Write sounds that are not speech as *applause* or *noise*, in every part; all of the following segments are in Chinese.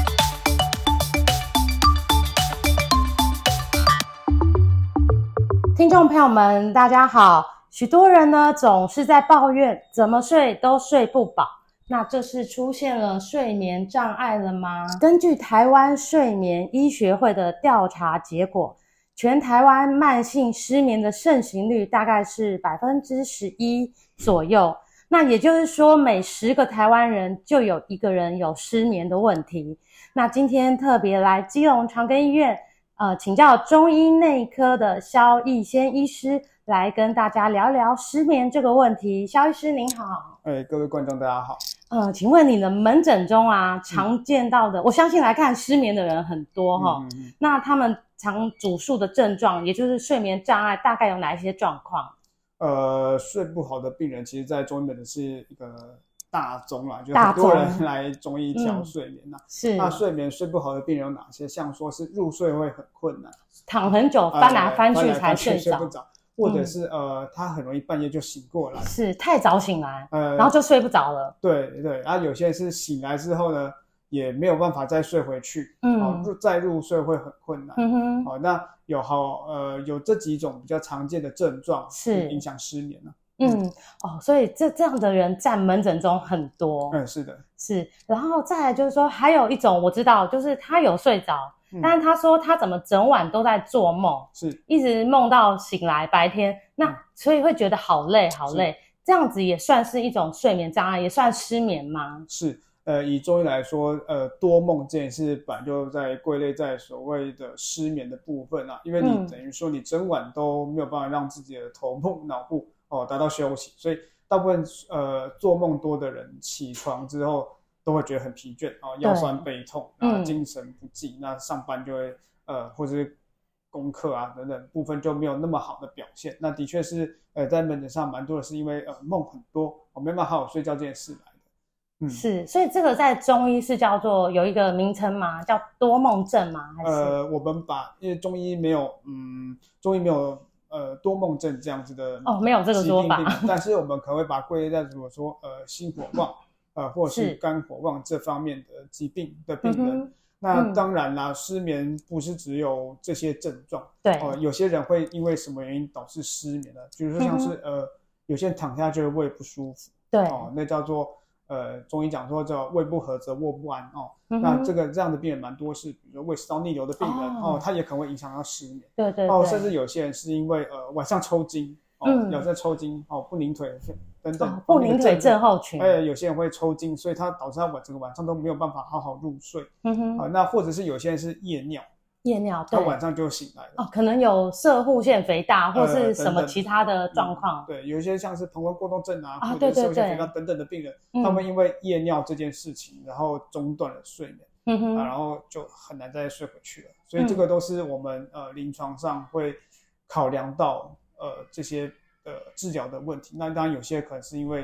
听众朋友们，大家好。许多人呢总是在抱怨怎么睡都睡不饱，那这是出现了睡眠障碍了吗？根据台湾睡眠医学会的调查结果，全台湾慢性失眠的盛行率大概是百分之十一左右。那也就是说，每十个台湾人就有一个人有失眠的问题。那今天特别来基隆长庚医院呃，请教中医内科的肖逸仙医师来跟大家聊聊失眠这个问题。肖医师您好，哎，各位观众大家好。呃，请问你的门诊中啊，常见到的，我相信来看失眠的人很多哈、嗯嗯嗯那他们常主诉的症状，也就是睡眠障碍，大概有哪一些状况？呃，睡不好的病人，其实在中医门诊是一个大宗啦，就大宗嗯很多人来中医调睡眠呐、是那啊睡眠睡不好的病人有哪些？像说是入睡会很困难，躺很久，呃哦翻来翻翻去来才翻睡去睡着不，着，或者嗯是呃，他很容易半夜就醒过来，是太早醒来，呃，然后就睡不着了。对对，啊，有些人是醒来之后呢，也没有办法再睡回去，嗯哦，入再入睡会很困难。嗯哼，好、那有好呃有这几种比较常见的症状是影响失眠呢、嗯，哦，所以这这样的人占门诊中很多。嗯，是的，是，然后再来就是说，还有一种我知道，就是他有睡着，嗯但是他说他怎么整晚都在做梦，是一直梦到醒来白天，嗯那所以会觉得好累好是累，这样子也算是一种睡眠障碍，也算失眠吗？是，呃，以中医来说，呃，多梦这件事本来就在归类在所谓的失眠的部分啊，因为嗯你等于说你整晚都没有办法让自己的头部、脑部哦达到休息，所以大部分呃做梦多的人起床之后都会觉得很疲倦哦，腰对酸背痛，嗯那精神不济，那上班就会呃或者是功课啊等等部分就没有那么好的表现，那的确是呃在门诊上蛮多的是因为呃梦很多，我、没办法好好睡觉这件事来的，嗯。是，所以这个在中医是叫做有一个名称吗？叫多梦症吗？还是呃，我们把因为中医没有，嗯，中医没有呃多梦症这样子的哦没有这个疾说病法病人 *laughs* 但是我们可能会把它归类在如果说呃心火旺，呃或者是是肝火旺这方面的疾病的病嗯人。哼，嗯那当然啦，失眠不是只有这些症状对，哦、有些人会因为什么原因导致失眠呢？比如说像是、呃，有些人躺下就会胃不舒服嗯对，哦，那叫做呃中医讲说叫胃不和则卧不安哦。嗯那哼这个这样的病人蛮多是，比如说胃食道逆流的病人哦哦，他也可能会影响到失眠对对哦，对甚至有些人是因为呃晚上抽筋哦嗯，有在抽筋哦，不宁腿等等哦，不宁腿症后，候群，哎，有些人会抽筋，所以他导致他晚整个晚上都没有办法好好入睡嗯啊。哼，那或者是有些人是夜尿，夜尿，他对，晚上就醒来了。哦，可能有射护腺肥大或呃是什等嗯么等其他的状况，对，有一些像是膀胱过动症啊，啊或对者对是有些对肥等等的病人，嗯他们因为夜尿这件事情，然后中断了睡眠。嗯哼，啊，然后就很难再睡回去了。所以这个都是我们呃临床上会考量到呃这些呃治疗的问题。那当然有些可能是因为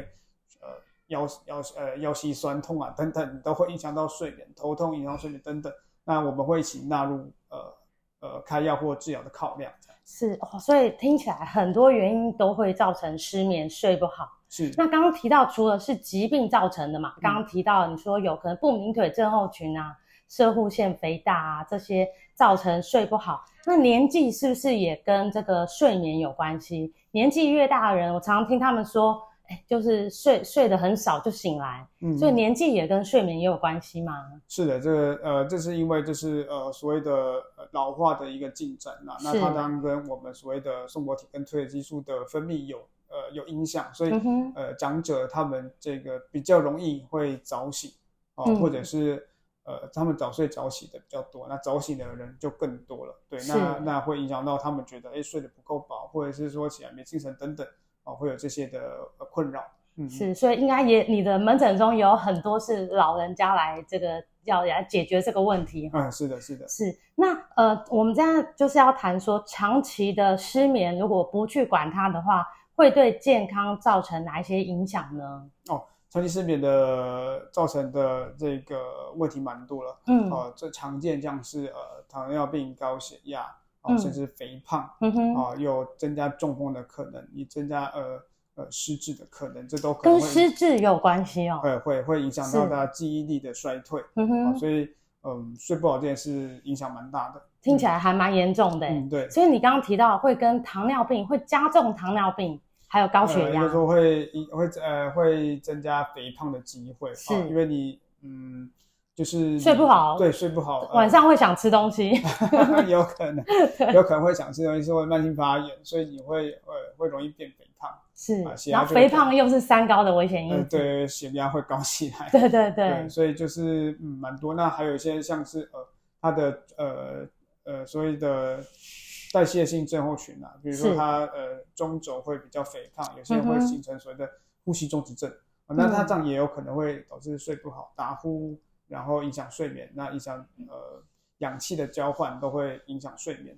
呃腰腰呃腰膝酸痛啊等等，都会影响到睡眠，头痛影响到睡眠等等。那我们会一起纳入呃呃开药或治疗的考量。是哦，所以听起来很多原因都会造成失眠、睡不好。是那刚刚提到，除了是疾病造成的嘛，刚嗯刚提到你说有可能不明腿症候群啊、射护腺肥大啊这些造成睡不好，那年纪是不是也跟这个睡眠有关系？年纪越大的人，我常常听他们说，哎，就是睡睡得很少就醒来，嗯所以年纪也跟睡眠也有关系吗？是的，这个呃，这是因为就是呃所谓的呃老化的一个进展啦、那是它当然跟我们所谓的松果体跟褪黑激素的分泌有呃有影响，所以、嗯哼呃长者他们这个比较容易会早醒哦、嗯或者是呃他们早睡早起的比较多，那早醒的人就更多了。对，是那那会影响到他们觉得哎睡得不够饱，或者是说起来没精神等等哦，会有这些的呃困扰。嗯，是，所以应该也你的门诊中有很多是老人家来这个要来解决这个问题。嗯，是的，是的，是，那呃，我们这样就是要谈说，长期的失眠如果不去管它的话，会对健康造成哪一些影响呢？长期失眠的造成的这个问题蛮多了。嗯，哦，最常见像是呃糖尿病、高血压，哦，嗯甚至肥胖，嗯哼，哦，有增加中风的可能，也增加呃呃失智的可能，这都可能跟会失智有关系哦。会会会影响到是大家记忆力的衰退，嗯啊，哼，所以嗯睡不好这件事影响蛮大的。听起来还蛮严重的欸。嗯，对，所以你刚刚提到会跟糖尿病会加重糖尿病，还有高血呃，压有。时候会会呃会增加肥胖的机会，是啊因为你嗯就是睡不好对，睡不好，呃晚上会想吃东西，哦 *laughs* 有可 *laughs* 能，有可能会想吃东西，是会慢性发炎，所以你会呃会容易变肥胖，是啊，血压然后就肥会胖又是三高的危险呃因子，对血压会高起来，嗯 *laughs* 对对对对，，所以就是嗯蛮多。那还有一些像是呃它的呃呃所谓的代谢性症候群啊，比如说是它呃中轴会比较肥胖，有些人会嗯哼形成所谓的呼吸中止症，啊那它嗯这样也有可能会导致睡不好、打呼，然后影响睡眠，那影响呃氧气的交换都会影响睡眠。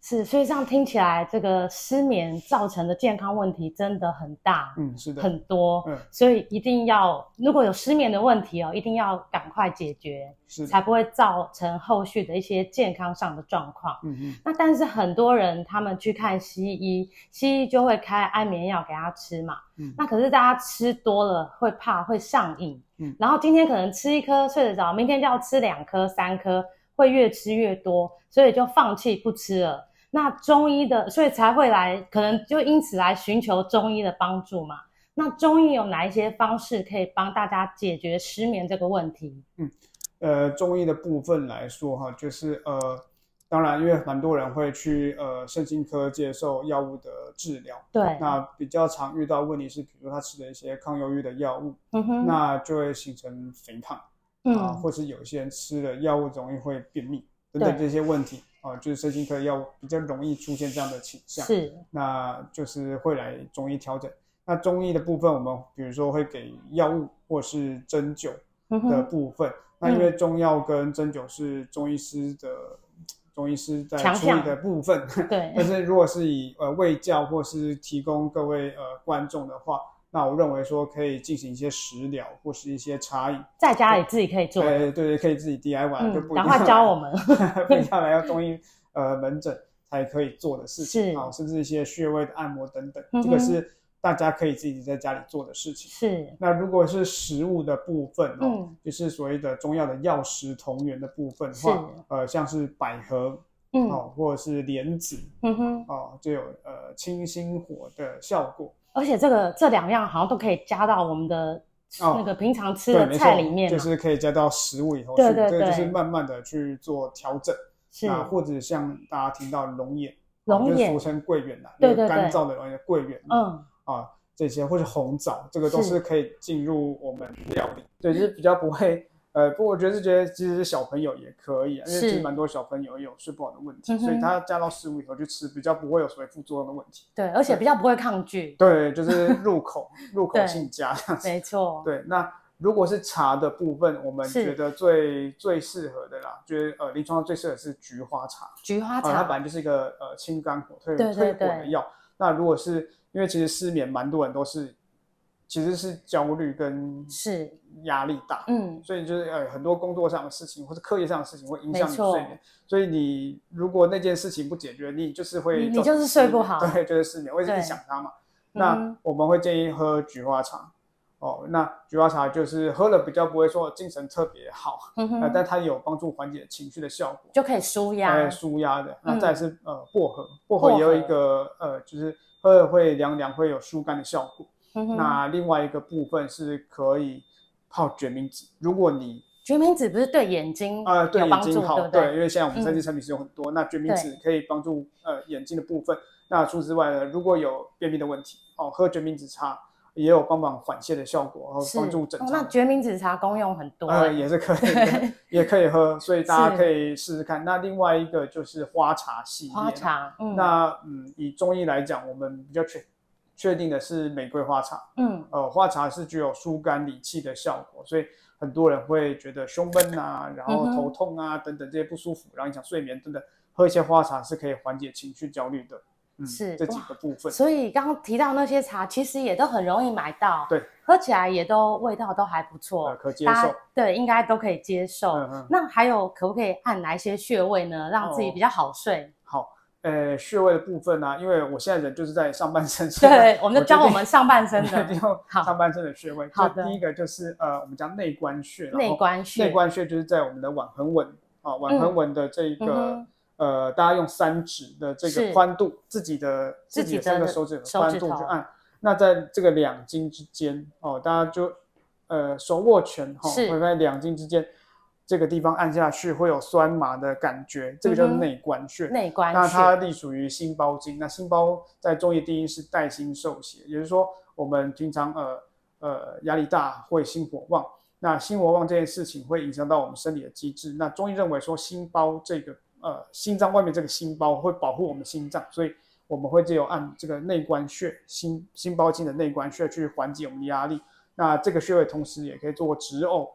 是，所以这样听起来，这个失眠造成的健康问题真的很大，嗯，是的，很多，嗯所以一定要如果有失眠的问题哦，一定要赶快解决，是的才不会造成后续的一些健康上的状况。嗯嗯，那但是很多人他们去看西医，西医就会开安眠药给他吃嘛。嗯那可是大家吃多了会怕会上瘾，嗯然后今天可能吃一颗睡得着，明天就要吃两颗、三颗，会越吃越多，所以就放弃不吃了。那中医的，所以才会来，可能就因此来寻求中医的帮助嘛。那中医有哪一些方式可以帮大家解决失眠这个问题？呃，中医的部分来说哈，就是呃，当然，因为蛮多人会去呃身心科接受药物的治疗，对，那比较常遇到问题是，比如说他吃了一些抗忧郁的药物，嗯哼，那就会形成肥胖啊，嗯，或是有些人吃了药物容易会便秘等等对这些问题啊，就是身心科药物比较容易出现这样的倾向。是，那就是会来中医调整。那中医的部分，我们比如说会给药物或是针灸嗯的哼，部分。那因为中药跟针灸是中医师的中医师在强处理项的部分， *laughs* 但对，是如果是以呃卫教或是提供各位呃观众的话，那我认为说可以进行一些食疗或是一些茶饮，在家里自己可以做，呃，对对，可以自己 DIY，、就嗯，不一定赶快要教来我们， *laughs* 不一定要来到中医呃门诊才可以做的事是情，啊，甚至一些穴位的按摩等等，嗯哼这个是大家可以自己在家里做的事情。是，那如果是食物的部分哦，嗯就是所谓的中药的药食同源的部分的话，呃，像是百合嗯，哦，或者是莲子嗯哼，哦，就有呃清心火的效果。而且这个这两样好像都可以加到我们的哦那个平常吃对，的没菜错里，面就嘛，是可以加到食物里头去，对对这个对就是慢慢的去做调整。是啊，或者像大家听到龙眼，龙啊就是眼俗称桂圆呐，对那个对对干燥的龙眼桂圆，嗯，啊这些或是红枣，这个都是嗯是可以进入我们料理，对，就是比较不会。呃，不过我觉得是觉得其实小朋友也可以啊，因为其是实蛮多小朋友也有睡不好的问题，嗯哼所以他加到食物以后去吃，比较不会有所谓副作用的问题。对，而且比较不会抗拒，对， *laughs* 就是入口入口对性加这样子。没错，对，那如果是茶的部分，我们是觉得最最适合的啦，觉得呃临床上最适合是菊花茶，菊花啊、它茶，本来就是一个呃清肝火退对对退火对的药。那如果是因为其实失眠，蛮多人都是其实是焦虑跟是，压力大，嗯，所以就是呃很多工作上的事情或者课业上的事情会影响没你错睡眠，所以你如果那件事情不解决，你就是会你你造就成是睡失不眠好对，就是失眠，我一对直想它嘛。嗯那哼我们会建议喝菊花茶哦，那菊花茶就是喝了比较不会说精神特别好，嗯呃，但哎哼，它有帮助缓解情绪的效果，就可以舒还压嗯有，呃舒压的。那再来是呃薄荷，薄荷薄也有一荷个呃，就是喝了会凉凉，会有疏肝的效果。嗯哼，那另外一个部分是可以泡决明子，如果你决明子不是对眼睛呃嗯对有眼帮助，睛好，不对？因为现在我们三嗯 C 产品是有很多，那决明对子可以帮助呃眼睛的部分。那除此之外呢，如果有便秘的问题，哦，喝决明子茶也有帮忙缓泻的效果，然后是，帮助哦整那肠。决明子茶功用很多呃，欸，也是可以对 *laughs* 的，也可以喝，所以大家是可以试试看。那另外一个就是花茶系列，花茶，嗯，那嗯，以中医来讲，我们比较确确定的是玫瑰花茶，嗯，呃，花茶是具有疏肝理气的效果，所以很多人会觉得胸闷啊，然后嗯哼头痛啊等等这些不舒服，然后影响睡眠等等，喝一些花茶是可以缓解情绪焦虑的。嗯，是这几哇个部分。所以刚刚提到那些茶，其实也都很容易买到，对，喝起来也都味道都还不错，呃可接大受家。对应该都可以接受。嗯嗯，那还有可不可以按哪一些穴位呢，让自己哦比较好睡？好。呃，穴位的部分呢、因为我现在人就是在上 *laughs* 半身，所以对，我们就教我决定们上半 *laughs* 身一定的要好上半身的穴位。好就的第一个就是呃，我们叫内关穴，哦然内后关穴。内关穴就是在我们的腕横纹啊，腕横纹的这一嗯个哼呃，大家用三指的这是个宽度，自己的自己己的的三个手指的手宽指度头去按。那在这个两筋之间哦，大家就呃手握拳哈，是会在两筋之间这个地方按下去会有酸麻的感觉，这个叫嗯哼内关穴。内关那它穴，隶属于心包经，那心包在中医定义是带心受邪，也就是说我们平常呃呃压力大会心火旺，那心火旺这件事情会影响到我们生理的机制。那中医认为说心包这个呃心脏外面这个心包会保护我们心脏，所以我们会借由按这个内关穴心心包经的内关穴去缓解我们的压力。那这个穴位同时也可以做止呕、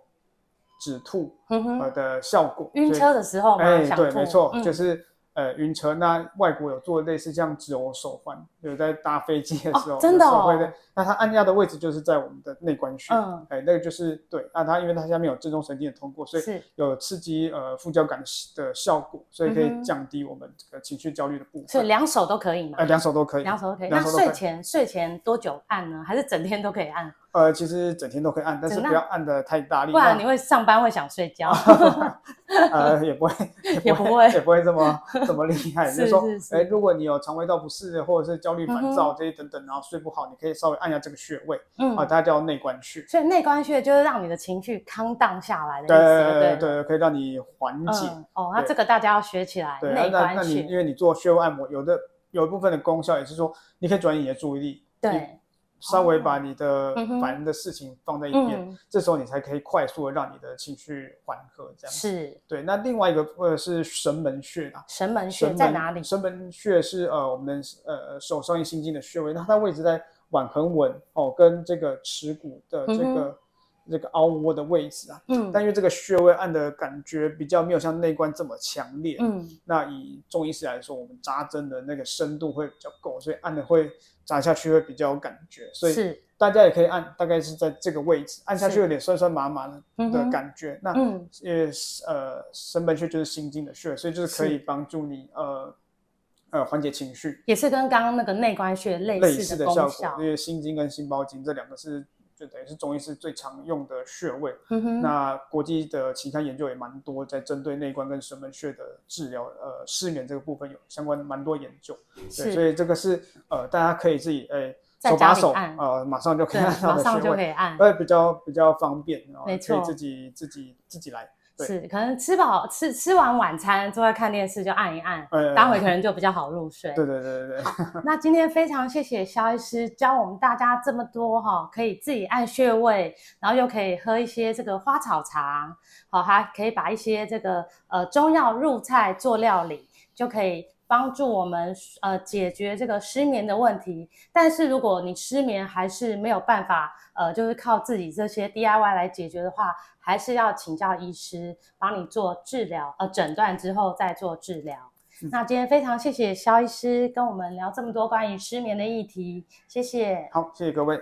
止吐嗯哼，呃的效果。晕所以车的时候嘛，哎，想对，吐没错，嗯就是呃晕车。那外国有做类似像指偶手环，有在搭飞机的哦时候，真有的时候会哦在那它按压的位置就是在我们的内关穴，嗯哎，那个就是对。那它因为它下面有正中神经的通过，所以是有刺激呃副交感的效果，所以可嗯以哼降低我们这个情绪焦虑的部所以分。两手都可以嘛呃，，两手都可以，两手都可以。那两手都可以睡前睡前多久按呢？还是整天都可以按？呃，其实整天都可以按，但是整不那要按的太大力，不然那你会上班会想睡 *laughs* 觉。 *laughs* 呃，也不会，也也不不会会，也不会这么这么厉害。 *laughs* 就是是说是，是哎，如果你有肠胃道不适，或者是焦虑、嗯哼烦躁这些等等，然后睡不好，你可以稍微按一下这个穴位嗯啊，，它叫内关穴。所以内关穴就是让你的情绪康荡下来的意对思，对不对，可以让你缓解。嗯，哦，那对这个大家要学起来，对，那内那关那你因穴，为你做穴位按摩，有的有一部分的功效也是说，你可以转移你的注意力，对，稍微哦把你的嗯哼烦人的事情放在一边，嗯，这时候你才可以快速的让你的情绪缓和。这样子。是对，那另外一个呃是神门穴啊，神门神穴门在哪里？神门穴是呃我们的呃手上一心经的穴位，那它的位置在腕横纹哦，跟这个耻骨的这嗯个、这个凹窝的位置啊。嗯但因为这个穴位按的感觉比较没有像内关这么强烈，嗯，那以中医师来说，我们扎针的那个深度会比较够，所以按的会扎下去会比较有感觉，所以是，大家也可以按，大概是在这个位置按下是去有点酸酸麻麻的嗯的哼感觉。那嗯，也是呃，神门穴就是心经的穴，所以就是可是以帮助你呃呃缓解情绪也是跟刚刚那个内关穴类类似似的的功效效果，因，为心经跟心包经这两个是就等于是中医是最常用的穴位。嗯哼，那国际的期刊研究也蛮多，在针对内关跟神门穴的治疗，呃，失眠这个部分有相关蛮多研究。对，所是，以这个是呃，大家可以自己哎在手家把里手按呃，马上就可以对按，到马的上穴就可位，以按，呃，比较比较方便，然后没可以错自己自己自己来。对是，可能吃饱吃吃完晚餐坐在看电视就按一按，呃，待会可能就比较好入睡。对对对对对，那今天非常谢谢肖医师教我们大家这么多哈、可以自己按穴位，然后又可以喝一些这个花草茶，好、还可以把一些这个呃中药入菜做料理，就可以帮助我们呃解决这个失眠的问题。但是如果你失眠还是没有办法呃就是靠自己这些 DIY 来解决的话，还是要请教医师帮你做治疗，呃诊断之后再做治疗。那今天非常谢谢肖医师跟我们聊这么多关于失眠的议题，谢谢。好，谢谢各位。